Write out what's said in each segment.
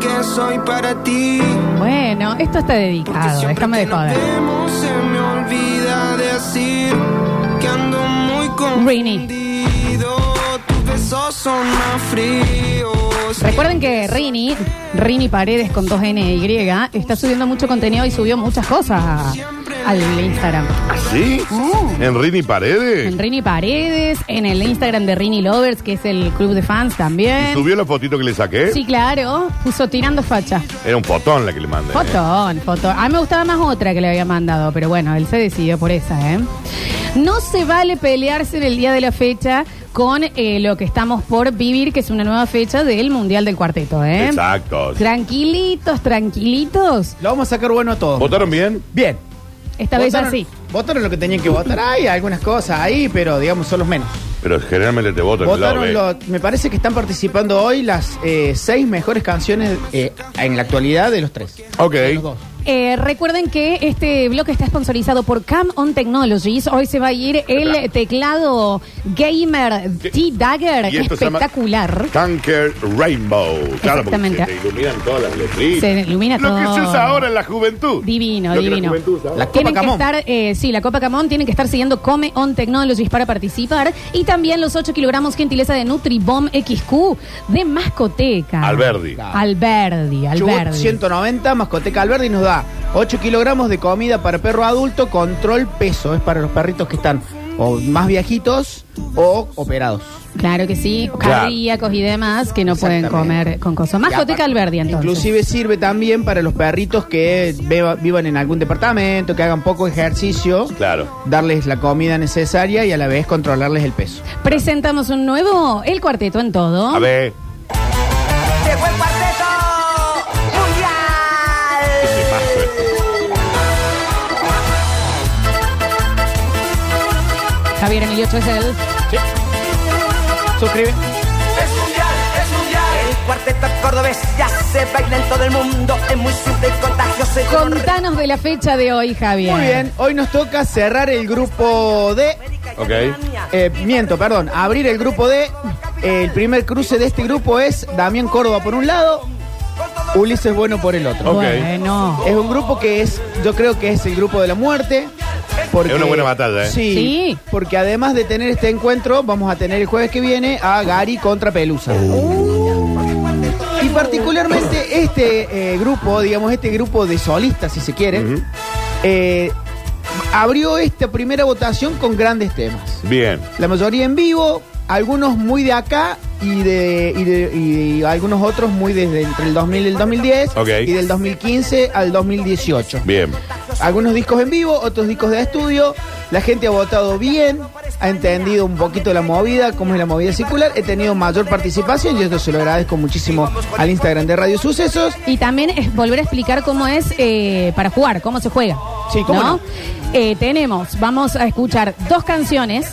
que soy para ti. Bueno, esto está dedicado, déjame de joder. vemos, se me olvida decir que ando muy Rini. confundido. Tus besos son más fríos. Recuerden que Rini, Rini Paredes con 2NY, está subiendo mucho contenido y subió muchas cosas a- al Instagram. ¿Así? ¿En Rini Paredes? Mm. En Rini Paredes, en el Instagram de Rini Lovers, que es el club de fans ¿Y también. subió la fotito que le saqué? Sí, claro, puso tirando facha. Era un fotón la que le mandé. Fotón, fotón. A mí me gustaba más otra que le había mandado, pero bueno, él se decidió por esa, ¿eh? No se vale pelearse en el día de la fecha con eh, lo que estamos por vivir, que es una nueva fecha del Mundial del Cuarteto, ¿eh? Exacto. Tranquilitos, tranquilitos. Lo vamos a sacar bueno a todos. ¿Votaron bien? Bien. Esta vez Votaron- así. Votaron lo que tenían que votar. Hay algunas cosas ahí, pero digamos son los menos. Pero generalmente te votan. el lado B. Votaron lo- me parece que están participando hoy las eh, seis mejores canciones eh, en la actualidad de los tres. Ok. De los dos. Eh, recuerden que este bloque está sponsorizado por Cam On Technologies. Hoy se va a ir el teclado gamer T-Dagger. Y esto se llama Espectacular. Tanker Rainbow. Claro, porque Exactamente. se te iluminan todas las letritas. Se ilumina Lo que todo. se usa ahora en la juventud. Divino, Lo que la divino. juventud usa ahora. La- Copa tienen que Camón. estar, eh, sí, la Copa Camón, tienen que estar siguiendo Come On Technologies para participar. Y también los 8 kilogramos gentileza de Nutribomb XQ de Mascoteca. Alberdi. Alberdi, Chubut Alberdi. 190, Mascoteca Alberdi nos da 8 kilogramos de comida para perro adulto, control peso. Es para los perritos que están o más viejitos o operados. Claro que sí, Claro. cardíacos y demás que no pueden Exactamente. comer con cosas. Y aparte, Mascoteca Alberdi, entonces. Inclusive sirve también para los perritos que beba- vivan en algún departamento, que hagan poco ejercicio. Claro. Darles la comida necesaria y a la vez controlarles el peso. Presentamos un nuevo, el cuarteto en todo. A ver. Llegó el cuarteto mundial. ¿Qué pasa esto? Javier Emilio Choesel. Suscribe. Es mundial, es mundial. El cuarteto cordobés ya se baila en todo el mundo. Es muy simple y contagioso. Contanos de la fecha de hoy, Javier. Muy bien, hoy nos toca cerrar el grupo D. Ok. eh, miento, perdón, abrir el grupo D. El primer cruce de este grupo es Damián Córdoba por un lado, Ulises Bueno por el otro. Ok. Bueno. Es un grupo que es, yo creo que es el grupo de la muerte. Porque, Es una buena batalla, ¿eh? Sí, Sí. porque además de tener este encuentro, vamos a tener el jueves que viene a Gary contra Pelusa. Uh. Y particularmente este eh, grupo, digamos, este grupo de solistas, si se quiere, eh, abrió esta primera votación con grandes temas. Bien. La mayoría en vivo, algunos muy de acá y de, y de- y algunos otros muy desde entre el 2000 y el 2010 Ok. y del 2015 al 2018. Bien. Algunos discos en vivo, otros discos de estudio. La gente ha votado bien, ha entendido un poquito la movida, cómo es la movida circular. He tenido mayor participación y esto se lo agradezco muchísimo al Instagram de Radio Sucesos. Y también es volver a explicar cómo es eh, para jugar, cómo se juega. Sí, cómo no. Eh, tenemos, vamos a escuchar dos canciones.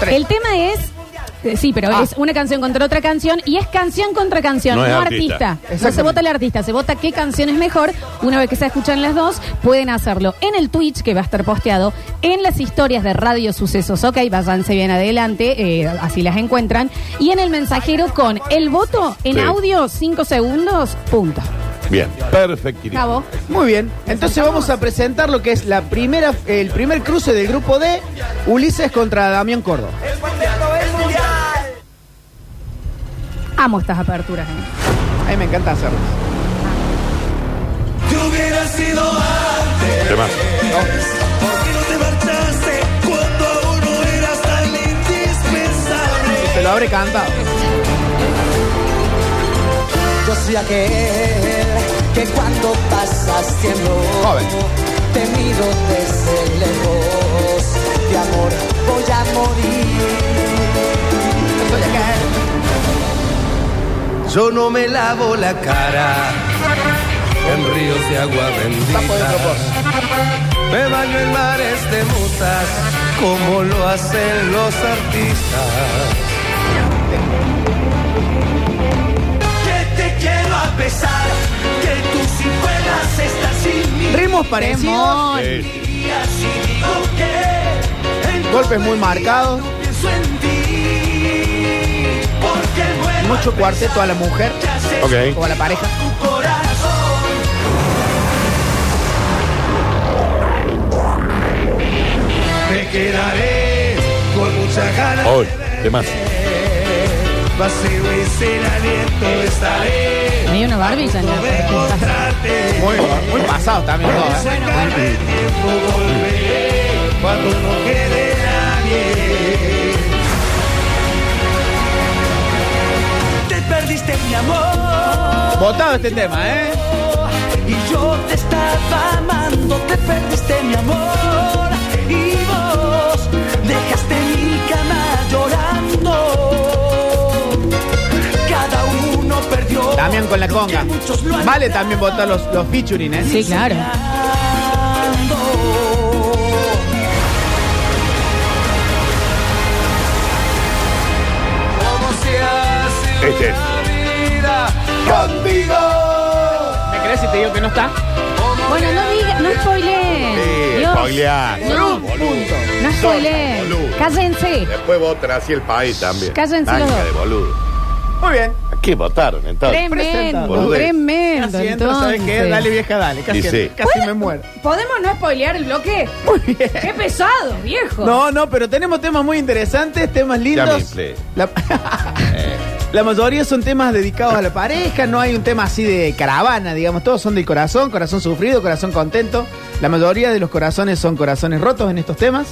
Tres. El tema es, eh, sí, pero Ah. es una canción contra otra canción y es canción contra canción, No no, es artista. artista. No se Exactamente. vota el artista, se vota qué canción es mejor. Una vez que se escuchan las dos, pueden hacerlo en el Twitch, que va a estar posteado, en las historias de Radio Sucesos, ok, váyanse bien adelante, eh, así las encuentran, y en el mensajero con el voto en Sí. audio, 5 segundos, punto. Bien. Perfectísimo. Cabo. Muy bien, entonces vamos a presentar lo que es la primera, el primer cruce del grupo D, Ulises contra Damián Córdoba. El cuarteto es mundial. Amo estas aperturas. ¿eh? A mí me encanta hacerlo. Yo hubiera sido antes, Temazo. porque no te marchaste cuando aún no eras tan indispensable. Se lo abre cantado. Yo soy aquel que cuando pasas tiempo Joven. te miro desde lejos. De amor voy a morir. Yo no me lavo la cara en ríos de agua bendita. pues. Me baño en mares de musas como lo hacen los artistas. Que te quiero a pesar que tú si fueras estás sin mí. Ritmos Temón. parecidos, Sí, sí. Y así digo que en golpes muy marcados, pienso en ti. Porque vuelvo mucho a pensar cuarteto a la mujer. que has Ok. o a la pareja. Me quedaré con mucha ganas. Hoy, de más. Vacío y sin aliento estaré. Hay una barbilla en la De encontrarte. Muy, muy pasado también todo, ¿eh? Sacarme el tiempo volveré cuando no quede nadie. Te perdiste mi amor Votado este tema, ¿eh? y yo te estaba amando. Te perdiste mi amor y vos dejaste mi cama llorando. Cada uno perdió. También con la lo conga. que muchos lo han Vale también votar los, los featuring, ¿eh? Sí, claro. dado. Como si ha sido Este. una vida contigo. ¿Me crees si te digo que no está? Bueno, no diga, no spoileen. Sí, Dios. spoilear. No, Boludo. no spoileen. Boludo. Cállense. Después votan así el país también. Cállense los Tanga dos. de boludo. Muy bien. ¿A qué votaron entonces? Tremendo, Boludez. tremendo. Casi entro, ¿sabes qué? entonces. Dale vieja, dale. Casi, Y entro, sí. casi me muero. ¿Podemos no spoilear el bloque? ¡Qué pesado, viejo! No, no, pero tenemos temas muy interesantes, temas Ya me lindos. inflé. La, La mayoría son temas dedicados a la pareja, no hay un tema así de caravana, digamos, todos son del corazón, corazón sufrido, corazón contento. La mayoría de los corazones son corazones rotos en estos temas.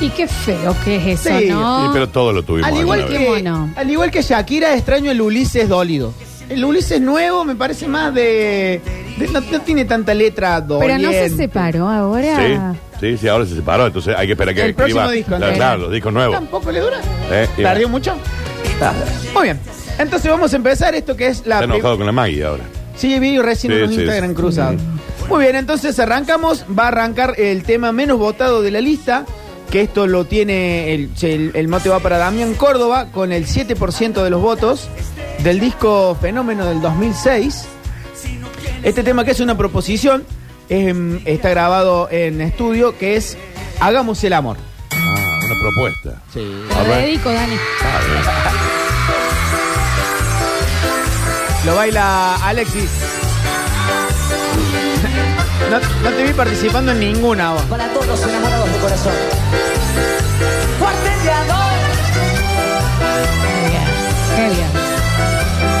Y qué feo que es eso, Sí, ¿no? Sí, pero todo lo tuvimos. Al igual, alguna Qué que, mono. al igual que Shakira, extraño el Ulises dolido. El Ulises nuevo me parece más de... de- no, no tiene tanta letra Pero doliente. no se separó vez. ahora. Sí, sí, sí, ahora se separó, entonces hay que esperar que El próximo escriba. disco, Claro, ¿no? claro, los discos nuevos. Tampoco le dura. Eh, y- ¿Tardió mucho? Muy bien. Entonces vamos a empezar esto que es la... Está pri- enojado con la Maggie ahora. Sí, vi recién Sí, unos sí, Instagram sí. cruzados. Muy bien, entonces arrancamos. Va a arrancar el tema menos votado de la lista. Que esto lo tiene. El, el, el mote va para Damián Córdoba con el 7% de los votos del disco Fenómeno del 2006. Este tema que es una proposición es en- está grabado en estudio que es Hagamos el amor. Ah, una propuesta. Te lo dedico, Dani. Lo baila Alexis. No, no te vi participando en ninguna vos. Para todos los enamorados de corazón. Fuerte te adoro. Qué bien, qué bien.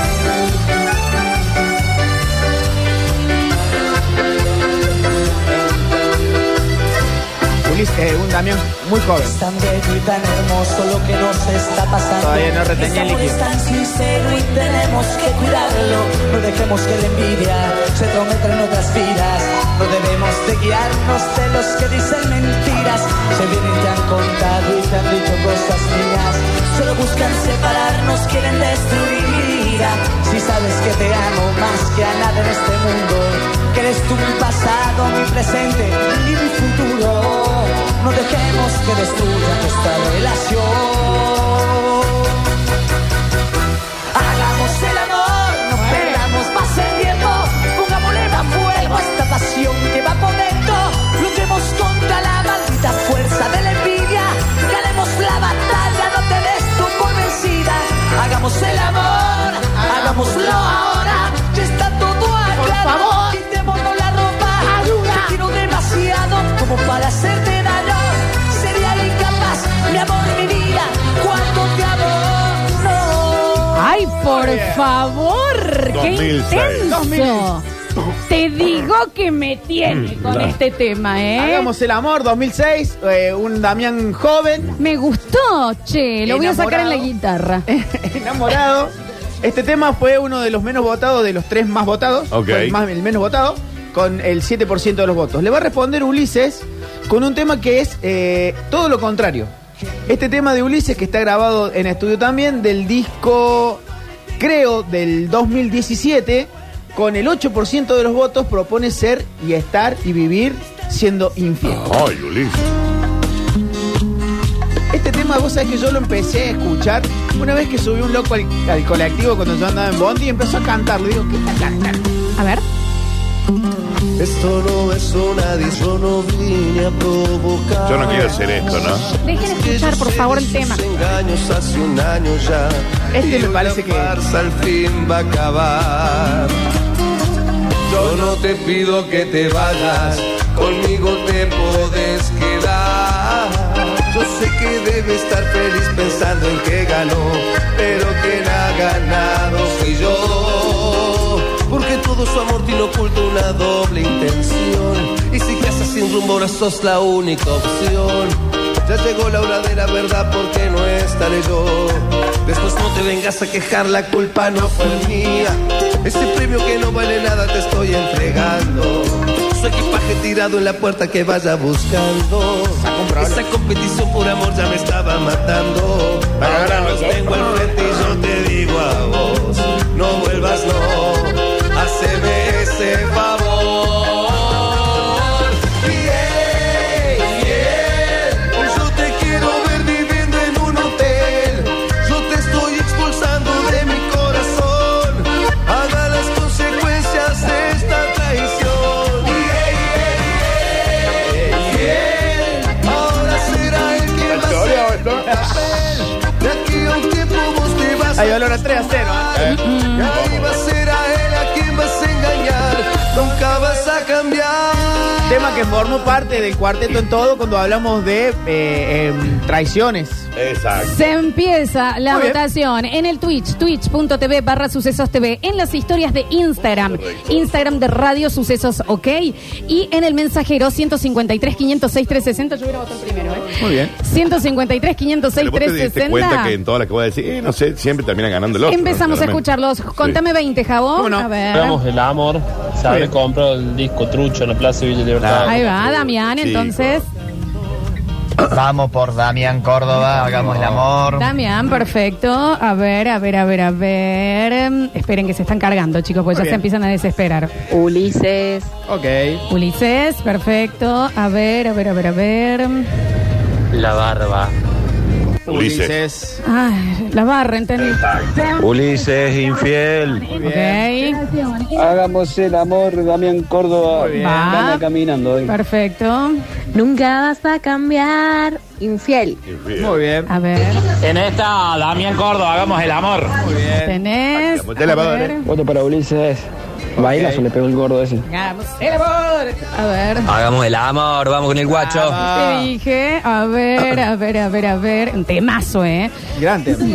Ulises, eh, un Damián muy joven. Es tan bello y tan hermoso lo que nos está pasando. Todavía no retenía Este el amor líquido. es tan sincero y tenemos que cuidarlo. No dejemos que la envidia se trometa en otras vidas. No debemos de guiarnos de los que dicen mentiras. Se vienen y te han contado y te han dicho cosas mías. Solo buscan separarnos, quieren destruir mi vida. Si sabes que te amo más que a nada en este mundo. Que eres tú mi pasado, mi presente y mi futuro. No dejemos que destruya nuestra relación. Hagamos el amor, no perdamos más el tiempo. Pongámosle más fuego a esta pasión que va por dentro. Luchemos contra la maldita fuerza de la envidia. Ganemos la batalla, no te des tú por vencida. Hagamos el amor, hagámoslo ahora. Ya está todo aclarado. Quitémonos la ropa. Ayuda. Te quiero demasiado como para hacerte daño. Sería incapaz, mi amor, mi vida. Cuando te adoro. Ay, por favor, qué 2006. intenso. Te digo que me Mm, tiene con este tema, ¿eh? Hagamos el amor 2006, eh, un Damián joven, Me gustó, che. Lo voy a sacar en la Enamorado. guitarra. enamorado. Este tema fue uno de los menos votados, de los tres más votados. Ok. Fue El, más- el menos votado, con el 7% de los votos. Le va a responder Ulises con un tema que es eh, todo lo contrario. Este tema de Ulises, que está grabado en estudio también, del disco, creo, del 2017, con el 8% de los votos, propone ser y estar y vivir siendo infiel. Ay, Ulises. Este tema, vos sabés que yo lo empecé a escuchar una vez que subí un loco al, al colectivo cuando yo andaba en Bondi y empezó a cantar. Le digo, ¿qué está cantando? A ver. Esto no es una dis, yo no vine a provocar. Yo no quiero hacer esto, ¿no? Dejen escuchar, por favor, el tema. Engaños hace un año ya. Este Y me hoy parece que- La farsa al fin va a acabar. Yo no te pido que te vayas, conmigo te podés quedar. Yo sé que debe estar feliz pensando en que ganó, pero quien ha ganado fui yo. Porque todo su amor tiene oculto una doble intención. Y si casas sin rumbo, ahora sos la única opción. Ya llegó la hora de la verdad porque no estaré yo. Después no te vengas a quejar, la culpa no fue mía. Ese premio que no vale nada te estoy entregando. Su equipaje tirado en la puerta que vaya buscando. Esa competición por amor ya me estaba matando. Para Ahora ganarlo, los yo. tengo al frente y yo te digo a vos, no vuelvas no, haceme ese favor. Bien, bien, yo te quiero ver viviendo en un hotel, yo te estoy expulsando de mi corazón, haga las consecuencias de esta traición. Bien, bien, bien, ahora será el que va a ser de aquí a un tiempo vos te vas Hay olor a 3 a ¿eh? 0. Ahí va a ser a él a quien vas a engañar. Nunca vas a cambiar. Tema que formó parte del cuarteto en todo cuando hablamos de eh, em, traiciones. Exacto. Se empieza la Muy bien. votación en el Twitch, twitch.tv barra sucesos TV, en las historias de Instagram, Instagram de Radio Sucesos, ok, y en el mensajero 153 506 360, yo hubiera votado primero, ¿eh? Muy bien. 153 506 Pero vos te diste este cuenta que 360. en todas las que voy a decir, eh, no sé, siempre termina ganando el otro. Empezamos a claramente. escucharlos. Sí. Contame 20, Jabón. ¿Cómo no? A ver. Compramos el amor, se habré comprado el disco trucho en la Plaza de Villa Libertad. Ahí va, Damián, Sí. entonces. Vamos por Damián Córdoba, hagamos el amor. Damián, perfecto. A ver, a ver, a ver, a ver. Em, Esperen que se están cargando, chicos, porque ya Muy se bien. empiezan a desesperar. Ulises, Ok. Ulises, perfecto. A ver, a ver, a ver, a ver. La barba. Ulises. Ay, la barra, entendí. Ulises infiel. Ok, Hagamos el amor, Damián Córdoba. bien. va. caminando Ah, hoy. Perfecto. nunca vas a cambiar. Infiel. Muy bien. A ver, En esta, Damián Córdoba, hagamos el amor. tenés. Ay, la ¿eh? a madre. ver. Voto para Ulises. ¿Baila o le pegó el gordo ese? Hagamos el amor. A ver. Hagamos el amor, vamos con el guacho. Te dije, a ver, a ver, a ver, a ver. Un temazo, ¿eh? Gran tema.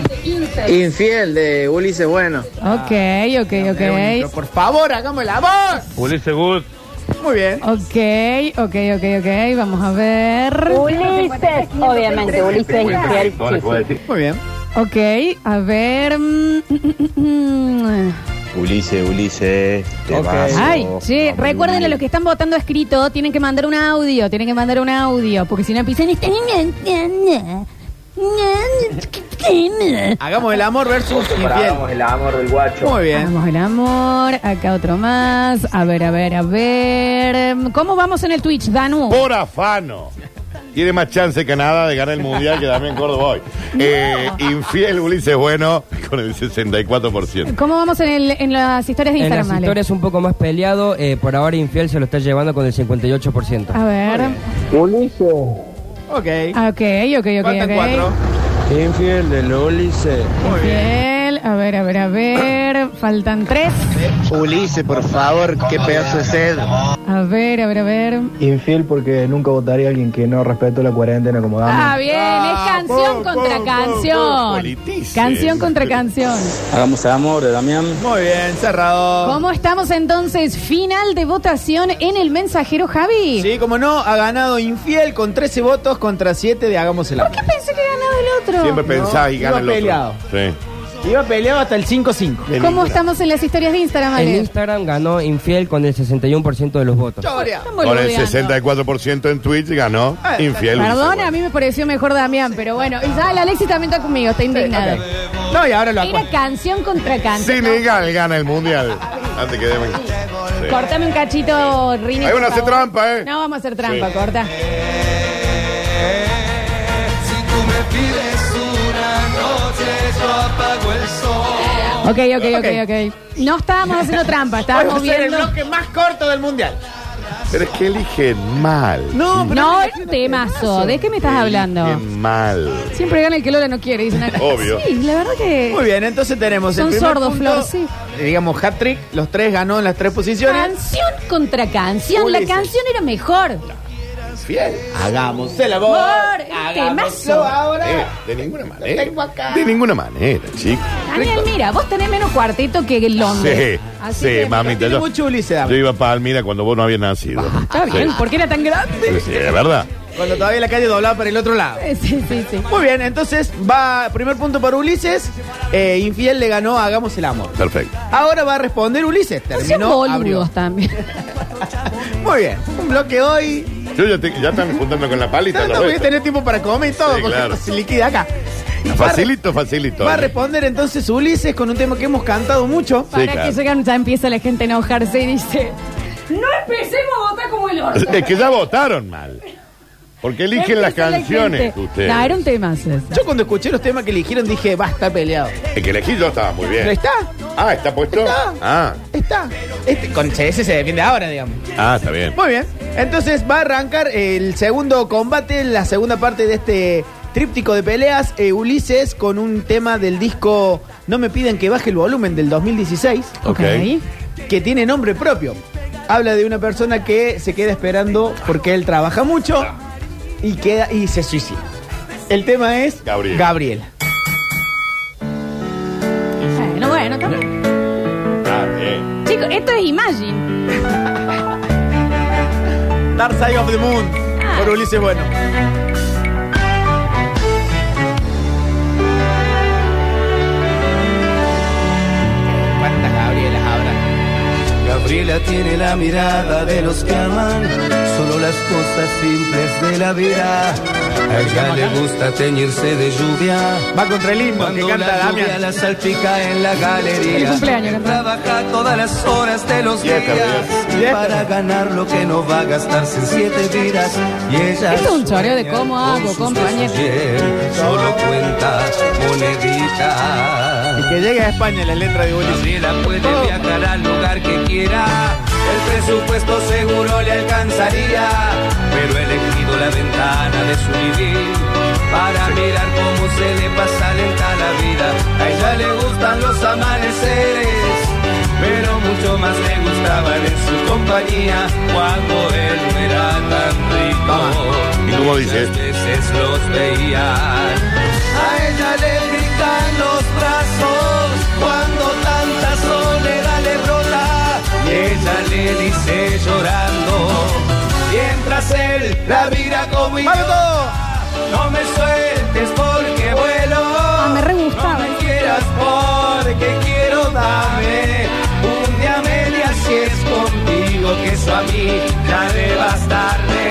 Infiel de Ulises Bueno. Ok, ok, Qué bonito. ok. Por favor, hagamos la voz. Ulises Good. Muy bien. Ok, ok, ok, ok. Vamos a ver. Ulises, obviamente, Ulises infiel. Todas las que voy a decir. Muy bien. Ok, a ver. mm, mm, mm, mm. Ulises, Ulises, te Ok. vas. Ay, vos, che, vamos, recuerden a los Ulises. que están votando escrito, tienen que mandar un audio, tienen que mandar un audio, porque si no empiezan "Esta niña, na, na, na, que tiene". Hagamos el amor versus infiel. Hagamos el amor del guacho. Muy bien. Vamos el amor, acá otro más, a ver, a ver, a ver. ¿Cómo vamos en el Twitch, Danu? Por afano. Tiene más chance Canadá de ganar el mundial que Damián Córdoba hoy. Eh, infiel Ulises Bueno con el 64%. ¿Cómo vamos en, el- en las historias de En Instagram, las Ale? historias un poco más peleado, eh, por ahora Infiel se lo está llevando con el 58%. A ver, Ok. ah, ok, ok, ok. Faltan ok. cuatro. Infiel de Ulises. Bien, a ver, a ver, a ver. Faltan tres. Ulises, por favor, qué pedazo de sed. A ver, a ver, a ver. Infiel porque nunca votaría a alguien que no respetó la cuarentena como Ah, bien, es canción vos, contra vos, vos, vos, canción. politices. canción contra canción. Hagamos el amor, Damián. Muy bien, cerrado. ¿Cómo estamos entonces? Final de votación en el mensajero Javi. Sí, como no, ha ganado infiel con 13 votos contra 7 de Hagamos el amor. ¿Qué pensé que ganaba el Siempre otro? pensás y iba gana el otro. peleado. Sí. Iba peleado hasta el 5-5. ¿Cómo estamos en las historias de Instagram, En Ale? Instagram ganó Infiel con el 61% de los votos. Chorea. Están Con el boludeando. 64% en Twitch ganó Eh, Infiel Ulises Perdón, Bueno. a mí me pareció mejor Damián, pero bueno. Y ya la Alexis también está conmigo, está indignada. Ok. No, y ahora lo Era acuerdo. canción contra canción. Senegal gana el mundial. Antes que deben. Cortame un cachito, Rini. Ahí van a por hacer favor. trampa, ¿eh? No vamos a hacer trampa, Sí. corta. Si tú me pides una noche, yo apago el sol. Ok, ok, ok, ok. No estábamos haciendo trampa, Hoy va estábamos a ser viendo. el bloque más corto del mundial. Pero es que eligen mal. No, pero No, me es un temazo. ¿De qué me estás Eligen hablando? mal. Siempre gana el que Lola no quiere, dice una Obvio. Sí, la verdad que. Muy bien, entonces tenemos Son el primer sordos, punto, Flor, sí. eh, Digamos, hat-trick, los tres ganó en las tres posiciones. Canción contra canción. Ulises. La canción era mejor. Fiel. Hagamos el amor. Por el temazo. Eh, ahora. de ninguna manera. tengo acá. De ninguna manera, chicos. Daniel, mira, vos tenés menos cuarteto que el Sí, Londres. sí, que- Ah, mamita. tiene Yo, mucho Ulises, dame. yo iba para Almira cuando vos no habías nacido. Está bien, ¿por qué era tan grande? Sí, sí, de verdad. Cuando todavía la calle doblaba para el otro lado. Sí, sí, sí. Muy bien, entonces va primer punto para Ulises. Eh, infiel le ganó a Hagamos el amor. Perfecto. Ahora va a responder Ulises. No sean Terminó, abrió. boludos también. Muy bien, un bloque hoy. Yo ya, te- ya están juntando con la palita. Tanto los voy a restos. tener tiempo para comer y todo, Sí, porque claro. esto se liquida acá. Va a re- Facilito, facilito. Va a responder entonces Ulises con un tema que hemos cantado mucho. Para claro. que llegan, ya empieza la gente a enojarse y dice: No empecemos a votar como el orto. Es que ya votaron mal. Porque eligen Empieza las la canciones gente. ustedes. No, era un temazo. eso. Yo cuando escuché los temas que eligieron dije, va, está peleado. El que elegí yo estaba muy bien. Pero está, Ah, ¿está puesto? Está. Ah, está. Este, con ese se defiende ahora, digamos. ah, está bien. Muy bien. Entonces va a arrancar el segundo combate, la segunda parte de este tríptico de peleas. Eh, Ulises con un tema del disco No me piden que baje el volumen del 2016, Ok. que tiene nombre propio. Habla de una persona que se queda esperando porque él trabaja mucho y, queda, y se suicida. El tema es Gabriel. Gabriela. Bueno, bueno, también. Ah, bien. Chicos, esto es Imagine. Dark Side of the Moon por Ulises Bueno. ¿Cuántas Gabrielas habrá? Gabriela tiene la mirada de los que aman solo las cosas simples de la vida. A ella le gusta teñirse de lluvia. Va contra el himno que Cuando canta la lluvia Damián. la salpica en la Feliz galería. cumpleaños, Gabriela. Trabaja todas las horas de los Y esta, días Gabriela. Y esta. para ganar lo que no va a gastarse en siete vidas. Y ella Esto es un choreo de cómo sueña hago, con sus compañero. besos, Solo cuenta moneditas. Y que llegue a España la letra de Ulises. Gabriela puede viajar al lugar que quiera, el presupuesto seguro le alcanzaría, pero he elegido la ventana de su living para mirar cómo se le pasa lenta la vida. A ella le gustan los amaneceres, pero mucho más le gustaban en su compañía cuando él no era tan rico. ¿Y cómo dice? Muchas veces los veían. A ella le gritan los brazos cuando tanta soledad le brota. Y ella le dice llorando, mientras él la mira como yo. No me sueltes porque vuelo. Ah, me re gustaba. No me quieras porque quiero darme un día a media si es contigo que eso a mí ya le bastarme.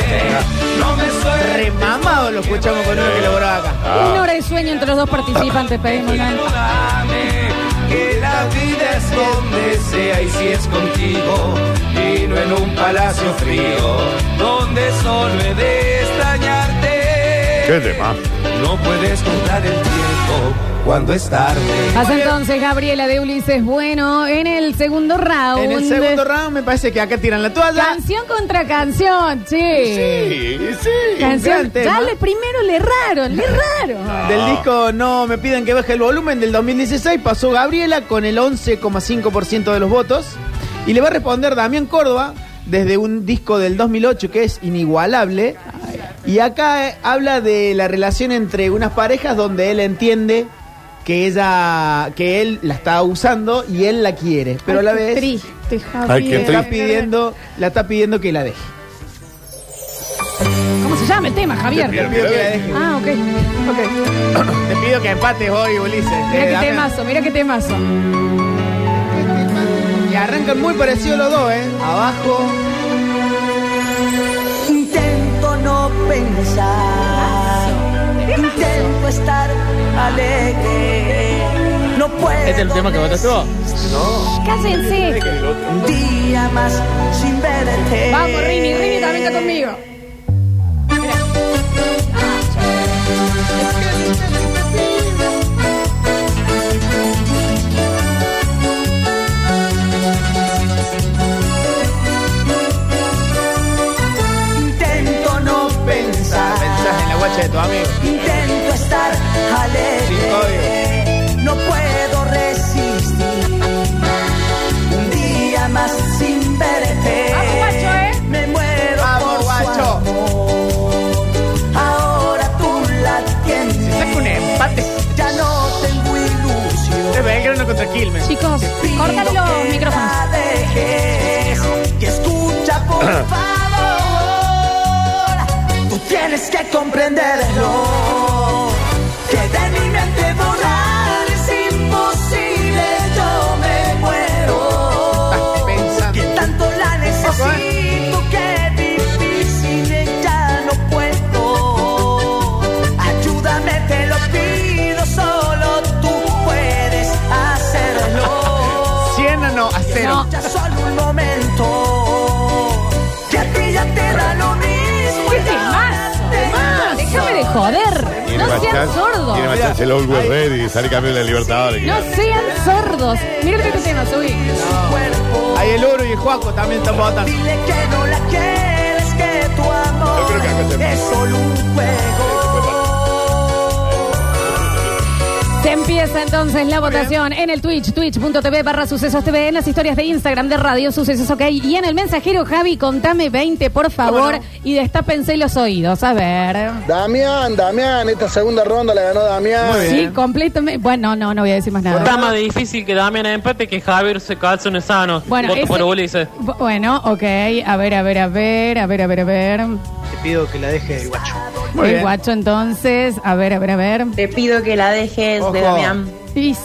No me sueltes. Remamado lo escuchamos con uno que lograba acá. Ah. Una hora de sueño entre los dos participantes, pedimos. ¿no? Dame que la vida es donde sea y si es contigo y no en un palacio frío donde solo he de extrañarte. Qué tema. No puedes contar el tiempo cuando es tarde. Pasa entonces Gabriela de Ulises Bueno en el segundo round. En el segundo round me parece que acá tiran la toalla. Canción contra canción, che. Sí, sí. Canción. gran tema. Ah, Dale, primero le erraron, le erraron. Del disco No me piden que baje el volumen del 2016 pasó Gabriela con el 11,5% de los votos y le va a responder Damián Córdoba desde un disco del 2008 que es inigualable. Y acá eh, habla de la relación entre unas parejas donde él entiende que ella que él la está usando y él la quiere, pero a la Ay, qué vez Triste, Javier. Ay, qué está pidiendo la está pidiendo que la deje. ¿Cómo se llama el tema, Javier? Pido que la deje. Ah, ok. Ok. Te pido que empates hoy, Ulises. Eh, Mira qué Damián. temazo, mira qué temazo. Y arrancan muy parecidos los dos, ¿eh? Abajo. Intento no pensar. Intento estar alegre. No puedo. ¿Este es el tema que votaste vos? Cállense. Un día más sin verte. Vamos, Rini, Rini también está conmigo. respeto, amigo. Intento estar Sin alegre. No puedo resistir. Un día más sin verte. Vamos, guacho, ¿eh? Me muero Vamos, por su guacho. amor. Ahora tú la tienes. Saca un empate. Ya no tengo ilusión. Es Belgrano contra Quilmes. Chicos, córtale los micrófonos. Y escucha, por favor. Tú tienes que comprenderlo. Que de mi mente borrar es imposible. Yo me muero. Que tanto la eh. necesito que difícil ya no puedo. Ayúdame, te lo pido, solo tú puedes hacerlo. 100 a no, a cero. Ya solo un momento. Que a ti ya te da lo mismo. ¡Qué y ya temazo! te vas. Déjame de joder. Tiene No más sean chance- sordos. Tiene más chance el Old West Ready y salir campeón de la Libertadores. No sean sordos. Mira lo que tema, subí. Cuerpo, Ahí el oro y el Juaco también están votando. dile que no la quieres, que tu amor Yo creo que acá se- es solo un juego. Se empieza entonces la votación en el Twitch, twitch.tv barra sucesos TV, en las historias de Instagram de Radio Sucesos OK y en el mensajero Javi, contame 20 por favor y destápense los oídos, a ver. Damián, Damián, esta segunda ronda la ganó Damián. Muy Sí, bien. completamente. Bueno, no, no voy a decir más nada. Está más difícil que Damián empate que Javier se calza un sano. Bueno, Voto ese- por Ulises. Bu- bueno, ok, a ver, a ver, a ver, a ver, a ver, a ver. Te pido que la deje el guacho. Muy El bien. guacho entonces, a ver, a ver, a ver. Te pido que la dejes Ojo. de Damián. Y sí,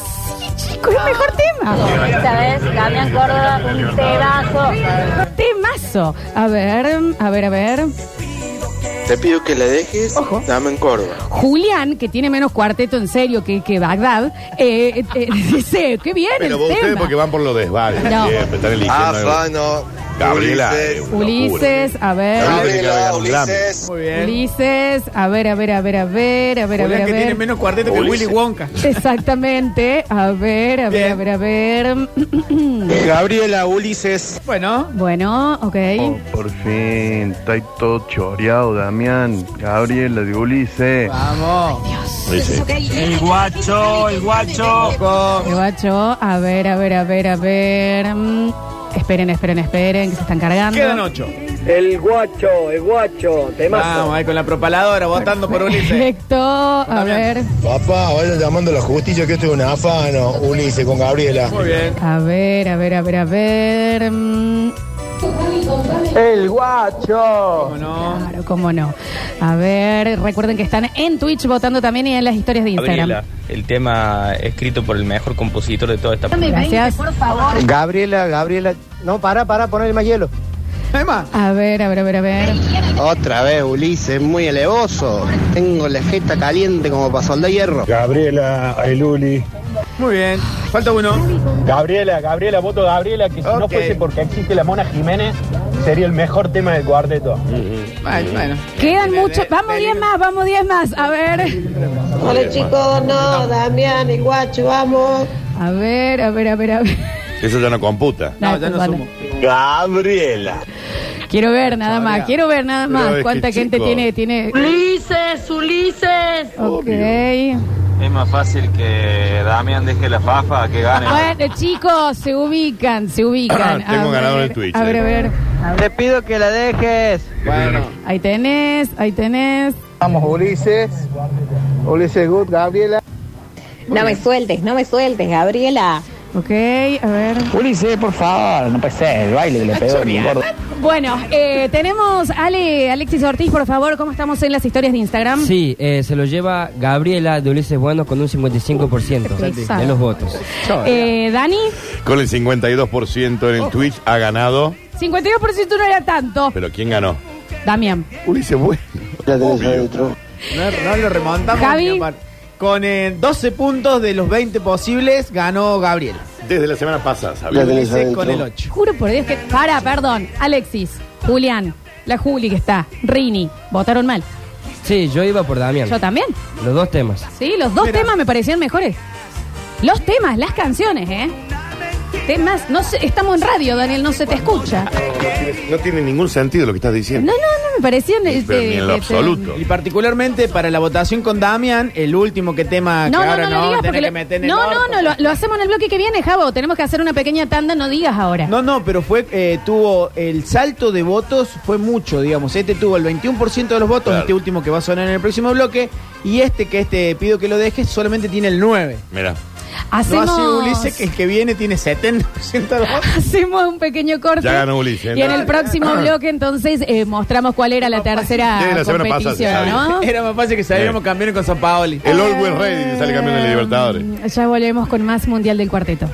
chico, es el mejor tema. ¿Sabes? Damián Córdoba, un pedazo. Temazo. A ver, a ver, a ver. Te pido que la dejes, Ojo. dame en Córdoba. Julián, que tiene menos cuarteto en serio que, que Bagdad, eh, eh, dice, qué bien Pero el vos ustedes tema. porque van por los desvales. No. Siempre están eligiendo. Afano. Gabriela. eh, una locura. Ulises, a ver. Gabriela, Ulises. Muy bien. Ulises, a ver, a ver, a ver, a ver, a ver, a ver, Julián a que tiene ver. menos cuarteto que Willy Wonka. Exactamente, a ver, a ver, a ver, Bien. a ver. Gabriela Ulises. Bueno, Bueno, ok. por fin, está todo choreado, Damián. Gabriela de Ulises. vamos. Ulises. El guacho, el guacho. Con- Oh. El guacho, a ver, a ver, a ver, a ver. Mm, Esperen, esperen, esperen, que se están cargando. Quedan ocho. El guacho, el guacho, Vamos, ahí con la propaladora, votando por Ulises. Perfecto, a Damián. ver, Papá, vaya llamando a la justicia que esto es un afano. Ulises con Gabriela. Muy bien. a ver, a ver, a ver, a ver. Mm, El guacho. ¿Cómo no? Claro, cómo no. A ver, recuerden que están en Twitch votando también y en las historias de Instagram. el tema escrito por el mejor compositor de toda esta Gracias. Gabriela, Gabriela. No, para, para, ponerle más hielo. Emma. A ver, a ver, a ver, a ver. Otra vez, Ulises, muy elevoso. Tengo la jeta caliente como para soldar hierro. Gabriela, el Uli. Muy bien. Falta uno. Gabriela, Gabriela, voto Gabriela, que si no Ok. fuese porque existe la Mona Jiménez, sería el mejor tema del cuarteto. Bueno, bueno. Quedan De- de- muchos. Vamos de- 10 más, vamos 10 más. A ver. Hola chicos, no, Damián, el guacho, vamos. A ver, a ver, a ver, a ver. Eso ya no computa. No, ya no vale. sumo. Gabriela. Quiero ver nada más, quiero ver nada Pero es más. que, ¿Cuánta gente chico. tiene? tiene... Ulises, Ulises. Ok. Es más fácil que Damián deje la fafa que gane. Bueno, chicos, se ubican, se ubican. A Tengo ver, ganador en Twitch, A ver, eh. a ver. Te pido que la dejes. Bueno. Ahí tenés, ahí tenés. Vamos, Ulises. Ulises Good, Gabriela. No me sueltes, no me sueltes, Gabriela. Ok, a ver. Ulises, por favor, no puede ser, el baile que le pegó el gordo. Bueno, eh, tenemos Ale, Alexis Ortiz, por favor, ¿cómo estamos en las historias de Instagram? Sí, eh, se lo lleva Gabriela de Ulises Bueno con un 55% de los votos. Eh, Dani, Con el 52% Oh. en el Twitch ha ganado. 52% no era tanto. Pero ¿quién ganó? Damián. Ulises Bueno. Obvio. No, no lo remontamos. Javi. ni a par. Con eh, 12 puntos de los 20 posibles, ganó Gabriel. Desde la semana pasada, ¿sabes? Ulises con el 8. Juro por Dios que. Para, perdón. Alexis, Julián, la Juli que está, Rini, votaron mal. Sí, yo iba por Damián. Yo también. Los dos temas. Sí, los dos Mira. temas me parecían mejores. Los temas, las canciones, ¿eh? Temas, no sé, estamos en radio, Daniel, no se te escucha. No tiene ningún sentido lo que estás diciendo. No, no, no, me este, pareció... Pero ni en lo absoluto. Y particularmente para la votación con Damian, el último que tema No, que no, no, ahora Ah, no, lo digas tener porque que lo- meter en el no, orto. no, no, lo, lo hacemos en el bloque que viene, Javo. Tenemos que hacer una pequeña tanda, no digas ahora. No, no, pero fue, eh, tuvo, el salto de votos fue mucho, digamos. Este tuvo el 21% de los votos, este último que va a sonar en el próximo bloque, y este que este pido que lo dejes solamente tiene el 9. Mira. Hacemos- No ha sido Ulises, que el que viene tiene 70% de los votos. Hacemos un pequeño corte. Ya ganó Ulises, Y en ¿no? el próximo bloque, entonces, eh, mostramos cuál era la tercera Sí, la semana pasada, competición, se ¿no? Era más fácil que saliéramos campeones con San Paoli. El Always Ready te sale campeón de Libertadores. Ya volvemos con más Mundial del Cuarteto.